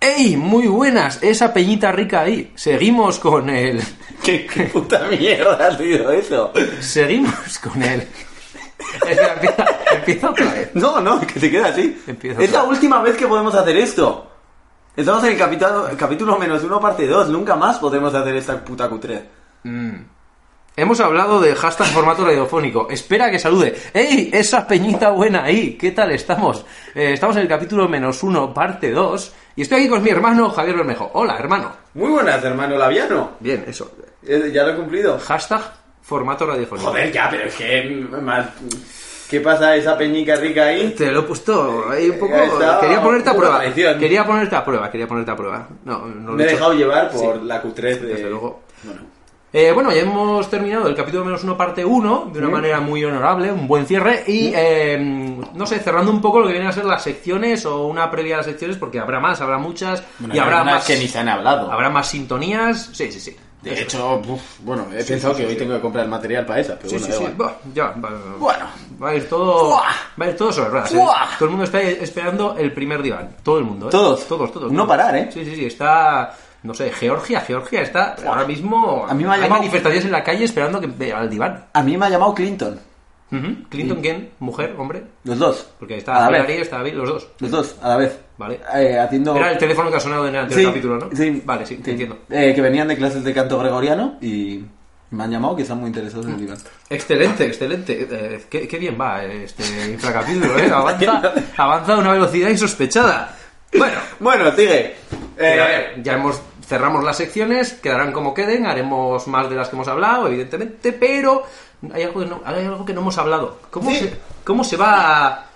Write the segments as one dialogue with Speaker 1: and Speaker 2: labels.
Speaker 1: ¡Ey! Muy buenas, esa peñita rica ahí. Seguimos con el...
Speaker 2: ¿Qué, qué puta mierda ha sido eso?
Speaker 1: Seguimos con el... Espera, empieza, empieza otra vez.
Speaker 2: No, no, que se queda así.
Speaker 1: Empieza
Speaker 2: es la
Speaker 1: otra.
Speaker 2: última vez que podemos hacer esto. Estamos en el capítulo, capítulo menos uno, parte 2. Nunca más podremos hacer esta puta cutre.
Speaker 1: Hemos hablado de hashtag formato radiofónico. Espera que salude. ¡Ey! Esa peñita buena ahí. ¿Qué tal estamos? Eh, estamos en el capítulo menos uno, parte 2. Y estoy aquí con mi hermano Javier Bermejo. Hola, hermano.
Speaker 2: Muy buenas, hermano Laviano.
Speaker 1: Bien, eso.
Speaker 2: Eh, Ya lo he cumplido.
Speaker 1: Hashtag formato radiofónico.
Speaker 2: Joder, ya, pero es que... mm, más- ¿Qué pasa esa peñica rica ahí?
Speaker 1: Te lo he puesto ahí un poco.
Speaker 2: Eh, está
Speaker 1: Quería ponerte a
Speaker 2: un poco
Speaker 1: prueba.
Speaker 2: traición.
Speaker 1: Quería ponerte a prueba, quería ponerte a prueba. No, no lo
Speaker 2: Me he
Speaker 1: hecho.
Speaker 2: dejado llevar por la cutrez de...
Speaker 1: Desde luego.
Speaker 2: Bueno.
Speaker 1: Eh, bueno, ya hemos terminado el capítulo menos uno, parte 1, de una manera muy honorable, un buen cierre. Y, eh, no sé, cerrando un poco lo que vienen a ser las secciones o una previa a las secciones, porque habrá más, habrá muchas.
Speaker 3: Bueno,
Speaker 1: y
Speaker 3: hay
Speaker 1: habrá
Speaker 3: algunas
Speaker 1: más,
Speaker 3: que ni se han hablado.
Speaker 1: habrá más sintonías. Sí, sí, sí.
Speaker 3: De hecho, uf, bueno, he pensado que hoy tengo que comprar el material para esa, pero
Speaker 1: Sí,
Speaker 3: bueno,
Speaker 1: sí,
Speaker 3: da
Speaker 1: sí.
Speaker 3: igual.
Speaker 1: Buah, ya, va, va, va.
Speaker 3: Bueno.
Speaker 1: va a ir todo.
Speaker 3: Buah.
Speaker 1: Va a ir todo sobre ruedas. ¿eh?
Speaker 3: Buah.
Speaker 1: Todo el mundo está esperando el primer diván. Todo el mundo, ¿eh?
Speaker 3: Todos.
Speaker 1: Todos, todos.
Speaker 3: No
Speaker 1: todos.
Speaker 3: parar, ¿eh?
Speaker 1: Sí, sí, sí. Está. No sé, Georgia, Georgia está ahora mismo.
Speaker 3: A mí me ha
Speaker 1: hay
Speaker 3: llamado-
Speaker 1: manifestaciones en la calle esperando que vea al diván.
Speaker 3: A mí me ha llamado Clinton.
Speaker 1: Ujú. Clinton, ¿quién? ¿Mujer? ¿Hombre?
Speaker 3: Los dos.
Speaker 1: Porque
Speaker 3: a
Speaker 1: está
Speaker 3: la
Speaker 1: Hillary,
Speaker 3: vez.
Speaker 1: está Bill, los dos.
Speaker 3: Los dos, a la vez.
Speaker 1: Vale.
Speaker 3: Eh, haciendo...
Speaker 1: Era el teléfono que ha sonado en el anterior capítulo, ¿no?
Speaker 3: sí.
Speaker 1: Vale, sí, te entiendo.
Speaker 3: Eh, que venían de clases de canto gregoriano y me han llamado que están muy interesados en el diván.
Speaker 1: Excelente, excelente. Eh, qué, qué bien va este infracapítulo, ¿eh? Avanza, avanza a una velocidad insospechada. Bueno,
Speaker 2: Bueno, sigue.
Speaker 1: Eh,
Speaker 2: Eh,
Speaker 1: a ver, ya hemos cerramos las secciones, quedarán como queden, haremos más de las que hemos hablado, evidentemente, pero hay algo que no, hay algo que no hemos hablado. ¿Cómo,
Speaker 2: Sí.
Speaker 1: se, cómo se va a,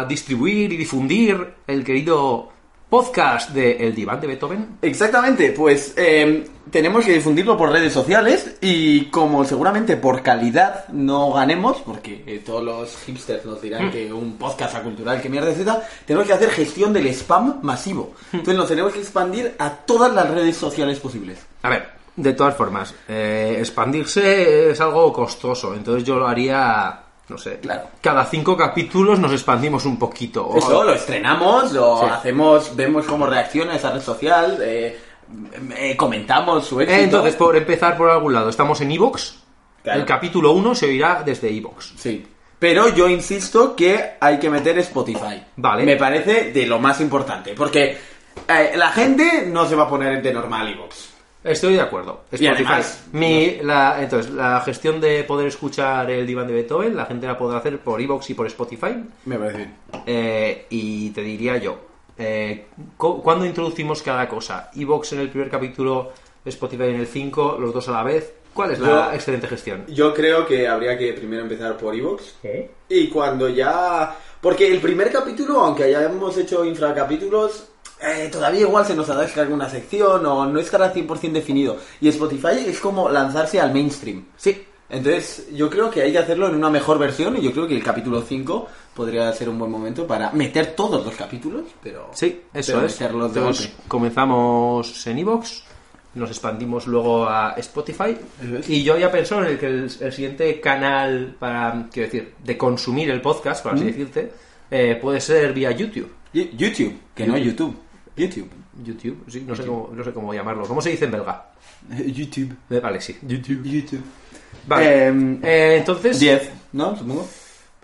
Speaker 1: a distribuir y difundir el querido podcast de El Diván de Beethoven?
Speaker 2: Exactamente, pues eh, tenemos que difundirlo por redes sociales y como seguramente por calidad no ganemos, porque eh, todos los hipsters nos
Speaker 1: Mm.
Speaker 2: dirán que un podcast acultural que mierda es esa, tenemos que hacer gestión del spam masivo.
Speaker 1: Mm.
Speaker 2: Entonces nos tenemos que expandir a todas las redes sociales posibles.
Speaker 1: A ver, de todas formas, eh, expandirse es algo costoso, entonces yo lo haría, no sé,
Speaker 2: Claro.
Speaker 1: cada cinco capítulos nos expandimos un poquito. o-
Speaker 2: Eso, lo estrenamos, lo
Speaker 1: Sí.
Speaker 2: hacemos, vemos cómo reacciona esa red social, eh, eh, comentamos su éxito.
Speaker 1: Eh, Entonces, por empezar por algún lado, estamos en Evox.
Speaker 2: Claro.
Speaker 1: El capítulo 1 se oirá desde Evox.
Speaker 2: Sí. Pero yo insisto que hay que meter Spotify.
Speaker 1: Vale.
Speaker 2: Me parece de lo más importante. Porque eh, la gente no se va a poner de normal iVoox.
Speaker 1: Estoy de acuerdo.
Speaker 2: Y además-
Speaker 1: Mi- la- entonces, la gestión de poder escuchar el diván de Beethoven, la gente la podrá hacer por Evox y por Spotify.
Speaker 2: Me parece.
Speaker 1: Eh, y te diría yo, eh, co- ¿cuándo introducimos cada cosa? Evox en el primer capítulo, Spotify en el 5, los dos a la vez. ¿Cuál es la
Speaker 2: Yo-
Speaker 1: excelente gestión?
Speaker 2: Yo creo que habría que primero empezar por iVoox. Y cuando ya... Porque el primer capítulo, aunque hayamos hecho infracapítulos, eh, todavía igual se nos adapta alguna sección o no estará 100% definido. Y Spotify es como lanzarse al mainstream.
Speaker 1: Sí,
Speaker 2: Entonces, yo creo que hay que hacerlo en una mejor versión y yo creo que el capítulo 5 podría ser un buen momento para meter todos los capítulos, pero...
Speaker 1: Sí, eso
Speaker 2: pero
Speaker 1: es.
Speaker 2: meterlos de
Speaker 1: Entonces,
Speaker 2: golpe.
Speaker 1: comenzamos en Evox, nos expandimos luego a Spotify
Speaker 2: Eso es.
Speaker 1: y yo ya pensé en el que el, el siguiente canal para, quiero decir, de consumir el podcast, por así
Speaker 2: Mm.
Speaker 1: decirte, eh, puede ser vía YouTube.
Speaker 2: Y- YouTube, que no YouTube. YouTube.
Speaker 1: YouTube, sí, no, Sé cómo, no sé cómo llamarlo. ¿Cómo se dice en belga?
Speaker 2: Eh, YouTube.
Speaker 1: Eh, Vale, sí. YouTube.
Speaker 2: YouTube.
Speaker 1: Vale.
Speaker 2: Em,
Speaker 1: Eh, entonces,
Speaker 2: 10, ¿no? Supongo.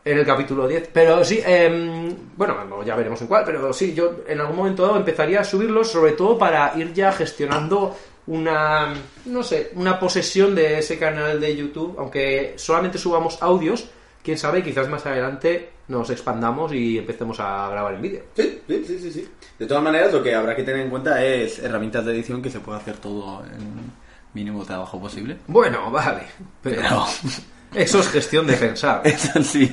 Speaker 1: en el capítulo 10. Pero sí, eh, bueno, no, ya veremos en cuál, pero sí, yo en algún momento dado empezaría a subirlos, sobre todo para ir ya gestionando una, no sé, una posesión de ese canal de YouTube, aunque solamente subamos audios, quién sabe, quizás más adelante nos expandamos y empecemos a grabar en vídeo.
Speaker 2: Sí, sí, sí, sí, sí. De todas maneras, lo que habrá que tener en cuenta es herramientas de edición que se puede hacer todo en mínimo trabajo posible.
Speaker 1: Bueno, vale, pero
Speaker 2: Pero...
Speaker 1: eso es gestión de pensar.
Speaker 2: Eso sí.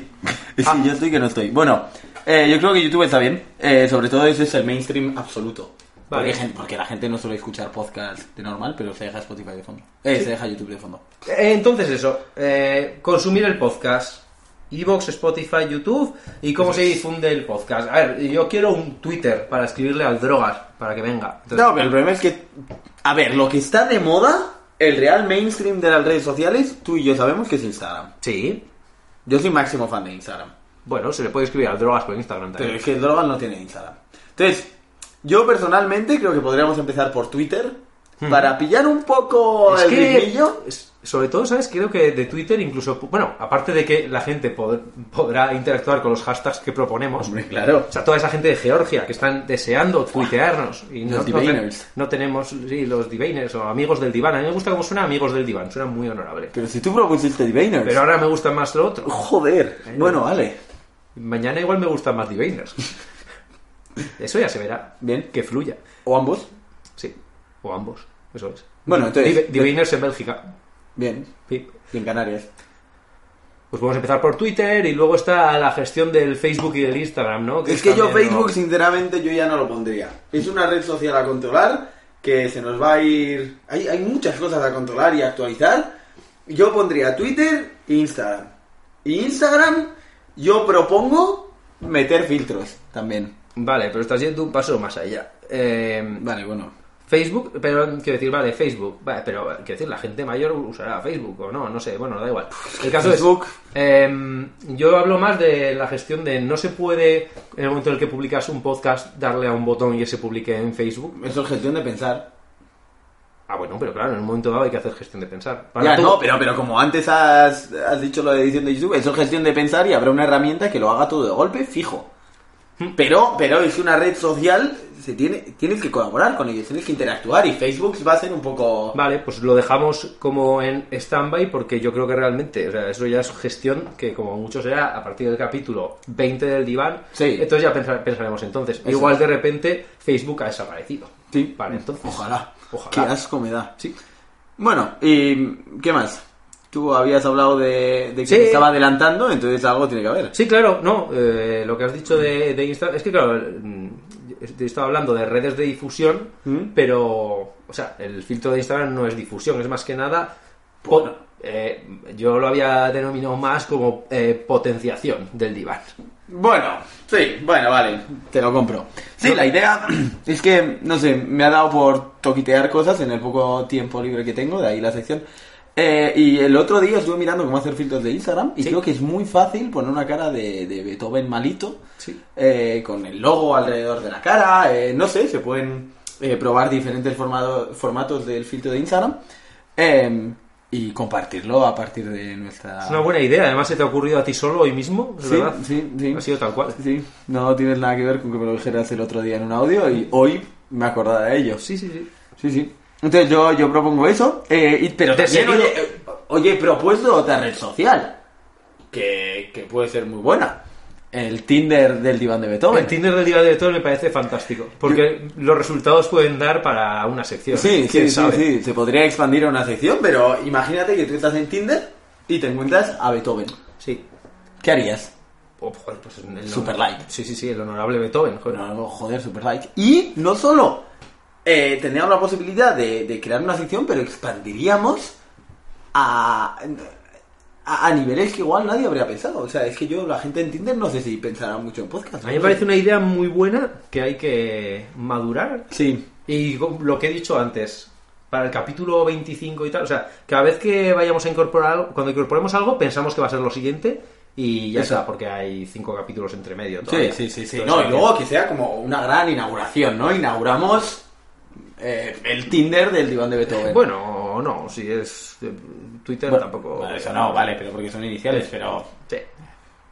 Speaker 2: Sí,
Speaker 1: Ah.
Speaker 2: yo estoy que no estoy. Bueno, eh, yo creo que YouTube está bien. Eh, sobre todo ese es el mainstream absoluto.
Speaker 1: Vale.
Speaker 2: Porque, gen- porque la gente no suele escuchar podcast de normal, pero se deja Spotify de fondo. Eh, se deja YouTube de fondo.
Speaker 1: Eh, Entonces eso, eh, consumir el podcast, Evox, Spotify, YouTube y cómo se difunde el podcast. A ver, yo quiero un Twitter para escribirle al drogas, para que venga. Entonces,
Speaker 2: No, pero el problema es que... A ver, lo que está de moda, el real mainstream de las redes sociales, tú y yo sabemos que es Instagram.
Speaker 1: Sí,
Speaker 2: Yo soy máximo fan de Instagram.
Speaker 1: bueno, se le puede escribir al drogas por Instagram
Speaker 2: Pero
Speaker 1: también.
Speaker 2: es que el droga no tiene Instagram. Entonces, Yo personalmente creo que podríamos empezar por Twitter para pillar un poco
Speaker 1: Es
Speaker 2: el
Speaker 1: que,
Speaker 2: ritmillo.
Speaker 1: es- sobre todo, ¿sabes? Creo que de Twitter incluso... Bueno, aparte de que la gente pod- podrá interactuar con los hashtags que proponemos.
Speaker 2: Hombre, claro.
Speaker 1: O sea, toda esa gente de Georgia que están deseando tuitearnos. Y no,
Speaker 2: Los
Speaker 1: no te-
Speaker 2: divainers.
Speaker 1: no tenemos sí, los divainers o amigos del diván. A mí me gusta cómo suena amigos del diván. Suena muy honorable.
Speaker 2: Pero si tú propusiste Diviners.
Speaker 1: Pero ahora me gusta más lo otro.
Speaker 2: Joder. Bueno, vale.
Speaker 1: Mañana igual me gustan más divainers. Eso ya se verá.
Speaker 2: Bien.
Speaker 1: Que fluya.
Speaker 2: O ambos.
Speaker 1: Sí. O ambos. Eso es.
Speaker 2: Bueno, entonces-
Speaker 1: Div- Divainers en Bélgica.
Speaker 2: Bien.
Speaker 1: Sí.
Speaker 2: Y en Canarias.
Speaker 1: Pues podemos empezar por Twitter y luego está la gestión del Facebook y del Instagram, ¿no?
Speaker 2: Es que yo
Speaker 1: también,
Speaker 2: Facebook,
Speaker 1: ¿no?
Speaker 2: sinceramente, yo ya no lo pondría. Es una red social a controlar que se nos va a ir... Hay, hay muchas cosas a controlar y a actualizar. Yo pondría Twitter e Instagram. Y Instagram yo propongo meter filtros también.
Speaker 1: Vale, pero estás yendo un paso más allá. Eh,
Speaker 2: Vale, bueno.
Speaker 1: Facebook, pero quiero decir, vale, Facebook, vale, pero quiero decir, la gente mayor usará Facebook o no, no sé, bueno, da igual. El caso
Speaker 2: Facebook.
Speaker 1: es, eh, yo hablo más de la gestión de no se puede, en el momento en el que publicas un podcast, darle a un botón y que se publique en Facebook.
Speaker 2: Eso es gestión de pensar.
Speaker 1: Ah, bueno, pero claro, en un momento dado hay que hacer gestión de pensar. Para
Speaker 2: Ya,
Speaker 1: todo-
Speaker 2: no, pero, pero como antes has, has dicho lo de edición de YouTube, eso es gestión de pensar y habrá una herramienta que lo haga todo de golpe, fijo. Pero, pero es una red social, se tiene, tienes que colaborar con ellos, tienes que interactuar y Facebook va a ser un poco...
Speaker 1: Vale, pues lo dejamos como en stand-by porque yo creo que realmente, o sea, eso ya es gestión que como mucho será a partir del capítulo 20 del diván.
Speaker 2: Sí.
Speaker 1: Entonces ya pensar- pensaremos entonces.
Speaker 2: Eso
Speaker 1: Igual
Speaker 2: es.
Speaker 1: de repente Facebook ha desaparecido.
Speaker 2: Sí.
Speaker 1: Vale, entonces.
Speaker 2: Ojalá.
Speaker 1: Ojalá.
Speaker 2: Qué asco me da.
Speaker 1: Sí.
Speaker 2: Bueno, ¿y qué más? Tú habías hablado de, de que
Speaker 1: Sí.
Speaker 2: se estaba adelantando, entonces algo tiene que haber.
Speaker 1: Sí, claro, no, eh, lo que has dicho de, de Instagram, es que claro, mm, he estado hablando de redes de difusión,
Speaker 2: ¿Mm?
Speaker 1: pero, o sea, el filtro de Instagram no es difusión, es más que nada, po- eh, yo lo había denominado más como eh, potenciación del diván.
Speaker 2: Bueno, sí, bueno, vale. Te lo compro. Sí, la idea es que, no sé, me ha dado por toquitear cosas en el poco tiempo libre que tengo, de ahí la sección. Eh, y el otro día estuve mirando cómo hacer filtros de Instagram y
Speaker 1: Sí.
Speaker 2: creo que es muy fácil poner una cara de, de Beethoven malito,
Speaker 1: Sí.
Speaker 2: eh, con el logo alrededor de la cara, eh, no sé, se pueden eh, probar diferentes formado- formatos del filtro de Instagram eh, y compartirlo a partir de nuestra...
Speaker 1: Es una buena idea, además se te ha ocurrido a ti solo hoy mismo, ¿es
Speaker 2: Sí,
Speaker 1: ¿verdad?
Speaker 2: sí, sí.
Speaker 1: Ha sido tal cual.
Speaker 2: Sí, no tienes nada que ver con que me lo dijeras el otro día en un audio y hoy me acordaba de ello.
Speaker 1: Sí, sí, sí.
Speaker 2: Sí, sí. Entonces yo, yo propongo eso, eh, y- pero
Speaker 1: Te
Speaker 2: también,
Speaker 1: seguido-
Speaker 2: oye, eh, oye, he propuesto otra red social que, que puede ser muy buena. El Tinder del diván de Beethoven.
Speaker 1: El Tinder del Día de Todo me parece fantástico, porque los resultados pueden dar para una sección.
Speaker 2: Sí, sí,
Speaker 1: quién
Speaker 2: sí,
Speaker 1: sabe.
Speaker 2: sí, se podría expandir a una sección, pero imagínate que tú estás en Tinder y te encuentras a Beethoven.
Speaker 1: Sí.
Speaker 2: ¿Qué harías?
Speaker 1: Oh, joder, pues el honor-
Speaker 2: Superlight.
Speaker 1: Sí, sí, sí, el honorable Beethoven. joder.
Speaker 2: Bueno, no, joder, super like. Y no solo eh, tendríamos la posibilidad de, de crear una sección, pero expandiríamos a, a, a niveles que igual nadie habría pensado. O sea, es que yo, la gente en Tinder, no sé si pensará mucho en podcast.
Speaker 1: A mí me parece una idea muy buena que hay que madurar.
Speaker 2: Sí.
Speaker 1: Y con lo que he dicho antes, para el capítulo 25 y tal, o sea, cada vez que vayamos a incorporar algo, cuando incorporemos algo, pensamos que va a ser lo siguiente y ya
Speaker 2: Eso.
Speaker 1: está, porque hay cinco capítulos entre medio.
Speaker 2: Sí,
Speaker 1: todavía.
Speaker 2: sí, sí, sí.
Speaker 1: Entonces,
Speaker 2: No, y
Speaker 1: hay
Speaker 2: luego que sea como una gran inauguración, ¿no? Inauguramos eh, el Tinder del diván de
Speaker 1: que-
Speaker 2: Beethoven.
Speaker 1: Bueno, no, si es eh, Twitter
Speaker 2: Bueno,
Speaker 1: tampoco.
Speaker 2: vale, eso no, vale, pero porque son iniciales, pero
Speaker 1: Sí.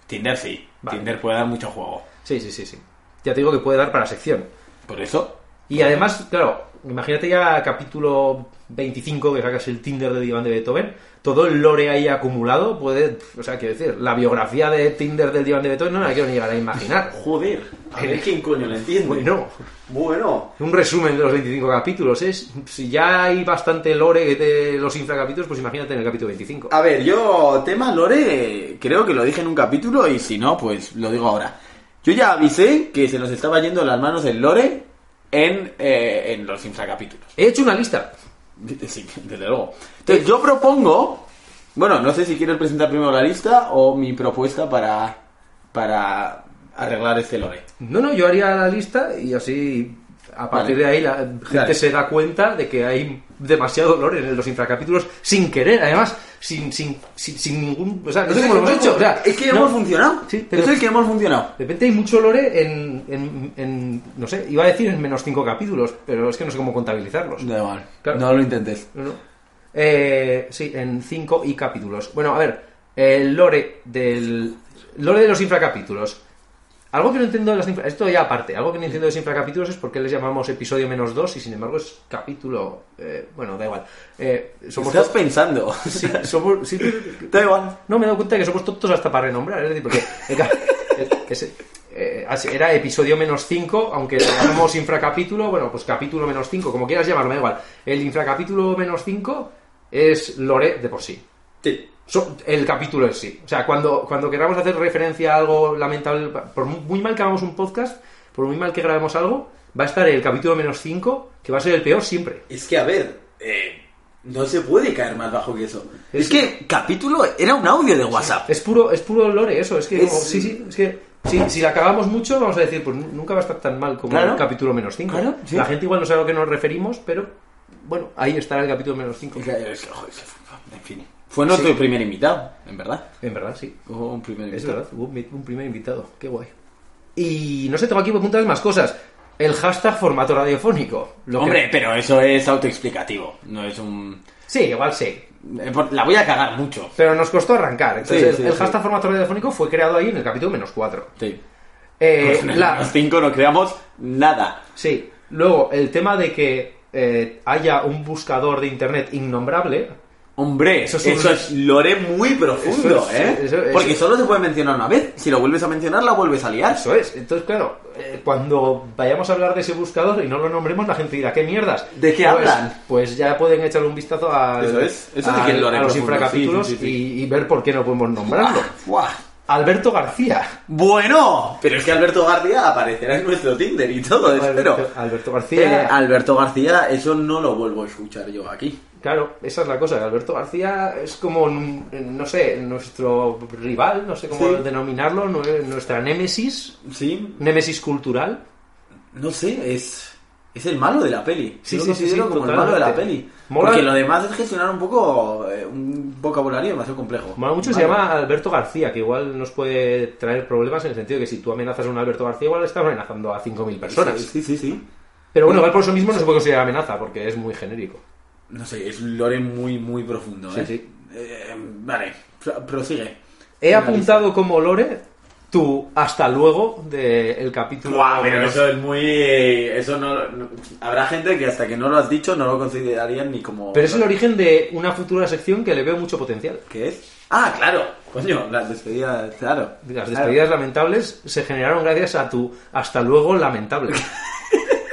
Speaker 2: Tinder sí.
Speaker 1: Vale.
Speaker 2: Tinder puede dar mucho juego.
Speaker 1: sí, sí, sí, sí. Ya te digo que puede dar para sección.
Speaker 2: Por eso,
Speaker 1: Y además, claro, imagínate ya capítulo 25 que sacas el Tinder de Diván de Beethoven, todo el lore ahí acumulado puede, o sea, quiero decir, la biografía de Tinder del Diván de Beethoven no me la quiero ni llegar a imaginar.
Speaker 2: Joder, a ver quién coño lo entiende.
Speaker 1: Bueno,
Speaker 2: Bueno.
Speaker 1: un resumen de los 25 capítulos es, si ya hay bastante lore de los infracapítulos, pues imagínate en el capítulo 25.
Speaker 2: A ver, yo, tema Lore, creo que lo dije en un capítulo y si no, pues lo digo ahora. Yo ya avisé que se nos estaba yendo las manos el Lore en, eh, en los infracapítulos.
Speaker 1: He hecho una lista.
Speaker 2: Sí, desde luego. Entonces, yo propongo. Bueno, no sé si quieres presentar primero la lista o mi propuesta para, para arreglar este Lore.
Speaker 1: No, no, yo haría la lista y así A partir de ahí la gente
Speaker 2: Dale.
Speaker 1: se da cuenta de que hay demasiado dolor en los infracapítulos sin querer, además, sin, sin, sin, sin ningún... O sea, no sé cómo lo hemos hecho. o sea,
Speaker 2: es que
Speaker 1: no-
Speaker 2: hemos funcionado.
Speaker 1: Sí, pero-
Speaker 2: Es el que hemos funcionado.
Speaker 1: De repente hay mucho lore en, en, en- No sé, iba a decir en menos cinco capítulos, pero es que no sé cómo contabilizarlos.
Speaker 2: Da igual.
Speaker 1: Claro.
Speaker 2: No lo intentes.
Speaker 1: No, no. Eh, sí, en 5 y capítulos. Bueno, a ver, el lore del lore de los infracapítulos. Algo que no entiendo de los infra- esto ya aparte, algo que no entiendo de los infracapítulos es por qué les llamamos episodio menos 2 y sin embargo es capítulo, eh, bueno, da igual. Eh, somos
Speaker 2: Estás
Speaker 1: to-
Speaker 2: pensando.
Speaker 1: sí, somos- sí,
Speaker 2: Da igual.
Speaker 1: no, me he dado cuenta que somos tontos hasta para renombrar. Es decir, porque eh, el ca- el- ese- eh, así- era episodio menos 5, aunque lo llamamos infracapítulo, bueno, pues capítulo menos 5, como quieras llamarlo, me da igual. El infracapítulo menos 5 es lore de por sí.
Speaker 2: Sí.
Speaker 1: So- el capítulo en sí. O sea, cuando, cuando queramos hacer referencia a algo lamentable, por mu- muy mal que hagamos un podcast, por muy mal que grabemos algo, va a estar el capítulo menos 5, que va a ser el peor siempre.
Speaker 2: Es que, a ver, eh, no se puede caer más bajo que eso.
Speaker 1: Es-
Speaker 2: Es, que capítulo era un audio de WhatsApp.
Speaker 1: Es puro, es puro lore eso, es que
Speaker 2: Es-
Speaker 1: como- sí, sí, es que sí, si la cagamos mucho vamos a decir, pues nu- nunca va a estar tan mal como
Speaker 2: Claro.
Speaker 1: el capítulo menos 5.
Speaker 2: Claro, sí.
Speaker 1: La gente igual no sabe a lo que nos referimos, pero bueno, ahí estará el capítulo menos 5.
Speaker 2: Es que, joder, En fin. Fue nuestro primer invitado, en verdad.
Speaker 1: En verdad, sí.
Speaker 2: Hubo un primer
Speaker 1: Es
Speaker 2: invitado.
Speaker 1: verdad, hubo un, mi- un primer invitado, qué guay. Y no sé, tengo aquí apuntadas más cosas. El hashtag formato radiofónico. Lo que-
Speaker 2: Hombre, pero eso es autoexplicativo. No es un.
Speaker 1: Sí, igual sí.
Speaker 2: Eh, por- La voy a cagar mucho.
Speaker 1: Pero nos costó arrancar. Entonces,
Speaker 2: Sí,
Speaker 1: el-
Speaker 2: sí,
Speaker 1: el
Speaker 2: sí.
Speaker 1: hashtag formato radiofónico fue creado ahí en el capítulo menos 4.
Speaker 2: Sí.
Speaker 1: Eh, la,
Speaker 2: Los cinco no creamos nada.
Speaker 1: Sí. Luego, el tema de que eh, haya un buscador de internet innombrable.
Speaker 2: Hombre, eso
Speaker 1: Eso
Speaker 2: es,
Speaker 1: es un-
Speaker 2: lore muy profundo,
Speaker 1: Eso es-
Speaker 2: ¿eh?
Speaker 1: eso es-
Speaker 2: Porque solo se puede mencionar una vez. Si lo vuelves a mencionar, la vuelves a liar.
Speaker 1: Eso es. Entonces, claro, eh, cuando vayamos a hablar de ese buscador y no lo nombremos, la gente dirá, ¿qué mierdas?
Speaker 2: ¿De qué
Speaker 1: Pues-
Speaker 2: hablan?
Speaker 1: Pues ya pueden echarle un vistazo al-
Speaker 2: Eso es. Eso sí
Speaker 1: al-
Speaker 2: que es lore
Speaker 1: a los
Speaker 2: profundo.
Speaker 1: infracapítulos
Speaker 2: Sí, sí, sí,
Speaker 1: Y, y ver por qué no podemos nombrarlo.
Speaker 2: ¡Buah!
Speaker 1: Alberto García.
Speaker 2: Bueno, pero es que Alberto García aparecerá en nuestro Tinder y todo, espero.
Speaker 1: Alberto, Alberto
Speaker 2: Pues, Eh,
Speaker 1: García.
Speaker 2: Alberto García, eso no lo vuelvo a escuchar yo aquí.
Speaker 1: Claro, esa es la cosa. Alberto García es como, n- eh, no sé, nuestro rival, no sé cómo
Speaker 2: Sí.
Speaker 1: denominarlo, nue- nuestra némesis,
Speaker 2: Sí,
Speaker 1: némesis cultural.
Speaker 2: no sé, es es el malo de la peli.
Speaker 1: Sí,
Speaker 2: Yo
Speaker 1: sí,
Speaker 2: lo
Speaker 1: sí,
Speaker 2: considero
Speaker 1: sí,
Speaker 2: como el malo
Speaker 1: totalmente.
Speaker 2: de la peli.
Speaker 1: Mola-
Speaker 2: Porque lo demás es gestionar un poco eh, un vocabulario demasiado complejo.
Speaker 1: Mola mucho se
Speaker 2: Vale.
Speaker 1: llama Alberto García, que igual nos puede traer problemas en el sentido que si tú amenazas a un Alberto García, igual estás amenazando a 5.000 personas.
Speaker 2: Sí, sí, sí.
Speaker 1: Pero bueno, igual por eso mismo no se puede considerar amenaza, porque es muy genérico.
Speaker 2: No sé, es un lore muy, muy profundo.
Speaker 1: Sí,
Speaker 2: ¿eh?
Speaker 1: sí.
Speaker 2: Eh, vale, pro- prosigue.
Speaker 1: He
Speaker 2: Finaliza.
Speaker 1: apuntado como lore tu hasta luego del capítulo.
Speaker 2: Guau, pero eso es muy. Eso no, no- Habrá gente que hasta que no lo has dicho no lo considerarían ni como.
Speaker 1: Pero es el origen de una futura sección que le veo mucho potencial.
Speaker 2: ¿Qué es? Ah, claro. Coño, las despedidas, claro.
Speaker 1: Las
Speaker 2: Claro.
Speaker 1: despedidas lamentables se generaron gracias a tu hasta luego lamentable.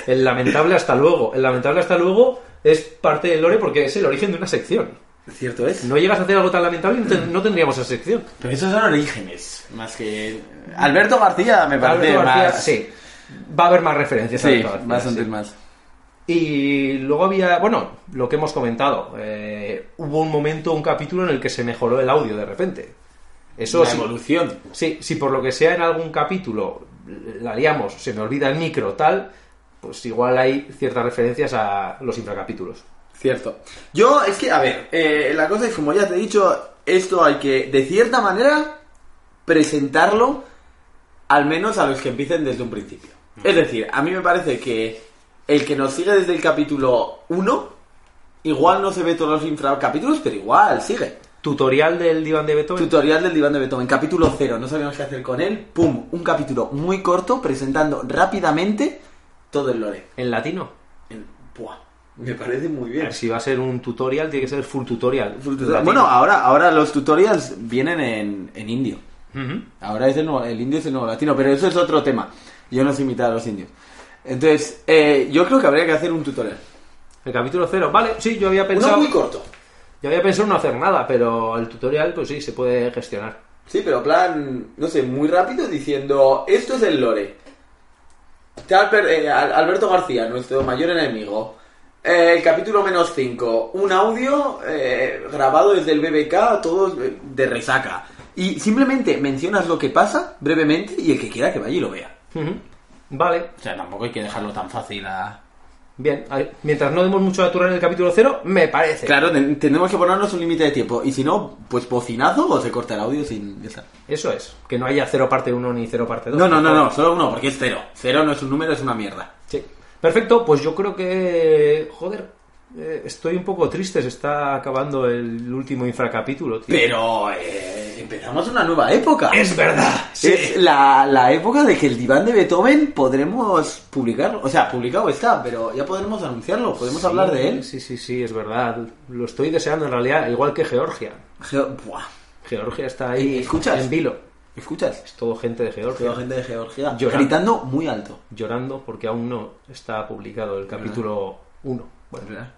Speaker 1: El lamentable hasta luego. El lamentable hasta luego es parte del lore porque es el origen de una sección.
Speaker 2: Cierto es.
Speaker 1: No llegas a hacer algo tan lamentable y no, ten- no tendríamos esa sección.
Speaker 2: Pero esos son orígenes. Más que. Alberto García me parece
Speaker 1: Alberto García,
Speaker 2: más.
Speaker 1: sí. Va a haber más referencias. a
Speaker 2: Sí,
Speaker 1: Alberto García,
Speaker 2: más
Speaker 1: sí.
Speaker 2: sentir más.
Speaker 1: Y luego había, bueno, lo que hemos comentado. eh, hubo un momento, un capítulo en el que se mejoró el audio de repente. Eso
Speaker 2: La
Speaker 1: sí.
Speaker 2: evolución.
Speaker 1: Sí, si por lo que sea en algún capítulo la liamos, se me olvida el micro, tal, pues igual hay ciertas referencias a los infracapítulos.
Speaker 2: Cierto. Yo, es que, a ver, eh, la cosa es, como ya te he dicho, esto hay que, de cierta manera, presentarlo al menos a los que empiecen desde un principio. Es decir, a mí me parece que el que nos sigue desde el capítulo 1, igual no se ve todos los infracapítulos, pero igual sigue.
Speaker 1: Tutorial del diván de Beethoven.
Speaker 2: Tutorial del diván de Beethoven, capítulo 0, no sabíamos qué hacer con él, pum, un capítulo muy corto presentando rápidamente todo el lore.
Speaker 1: en latino.
Speaker 2: En- Buah, me parece muy bien.
Speaker 1: Si va a ser un tutorial, tiene que ser full tutorial.
Speaker 2: Full tutorial.
Speaker 1: Latino.
Speaker 2: Bueno, ahora, ahora los tutorials vienen en, en indio.
Speaker 1: Ujú.
Speaker 2: Ahora es el, nuevo- el indio es el nuevo latino, pero eso es otro tema. Yo no sé imitar a los indios. Entonces, eh, yo creo que habría que hacer un tutorial.
Speaker 1: El capítulo cero, vale, sí, yo había pensado.
Speaker 2: Uno muy corto.
Speaker 1: Yo había pensado no hacer nada, pero el tutorial, pues sí, se puede gestionar.
Speaker 2: Sí, pero plan, no sé, muy rápido diciendo, esto es el lore. Tal per- eh, Al- Alberto García, nuestro mayor enemigo. Eh, el capítulo menos 5. Un audio eh, grabado desde el BBK, todos eh, de resaca. Y simplemente mencionas lo que pasa brevemente y el que quiera que vaya y lo vea.
Speaker 1: Ujú. Vale,
Speaker 2: O sea, tampoco hay que dejarlo tan fácil a...
Speaker 1: bien. A ver, Mientras no demos mucho a Turán en el capítulo 0, me parece.
Speaker 2: Claro, ten- tenemos que ponernos un límite de tiempo. Y si no, pues bocinazo o se corta el audio sin... ya está.
Speaker 1: Eso es. Que no haya 0 parte 1 ni 0 parte 2.
Speaker 2: No, no, no, no, solo uno, porque es cero. Cero no es un número, es una mierda.
Speaker 1: Sí. Perfecto, pues yo creo que. Joder, eh, estoy un poco triste, se está acabando el último infracapítulo, tío.
Speaker 2: Pero eh, empezamos una nueva época.
Speaker 1: ¡Es verdad!
Speaker 2: Es la, la época de que el diván de Beethoven podremos publicarlo. O sea, publicado está, pero ya podremos anunciarlo, podemos hablar de él.
Speaker 1: Sí, sí, sí, es verdad. Lo estoy deseando en realidad, igual que Georgia.
Speaker 2: Geo- Buah.
Speaker 1: Georgia está ahí
Speaker 2: ¿Escuchas?
Speaker 1: en vilo.
Speaker 2: ¿Escuchas?
Speaker 1: Es todo gente de Georgia.
Speaker 2: Veo gente de Georgia
Speaker 1: Llorando.
Speaker 2: gritando muy alto.
Speaker 1: Llorando porque aún no está publicado el capítulo 1. Bueno.
Speaker 2: ¿Verdad?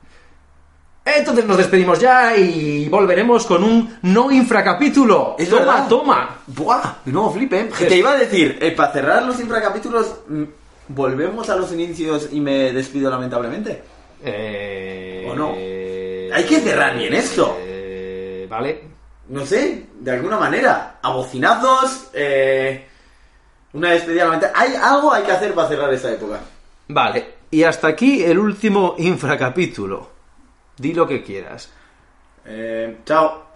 Speaker 1: Entonces nos despedimos ya y volveremos con un no infracapítulo.
Speaker 2: Es
Speaker 1: toma,
Speaker 2: verdad.
Speaker 1: toma.
Speaker 2: Buah, de nuevo flip, ¿eh? Te iba a decir, eh, para cerrar los infracapítulos, mm, volvemos a los inicios y me despido lamentablemente.
Speaker 1: Eh,
Speaker 2: ¿O no? Hay que cerrar bien esto.
Speaker 1: eh, vale.
Speaker 2: No sé, de alguna manera. A bocinazos, eh, una despedida lamentable. Hay algo hay que hacer para cerrar esta época.
Speaker 1: Vale. Y hasta aquí el último infracapítulo. Di lo que quieras.
Speaker 2: Eh, chao.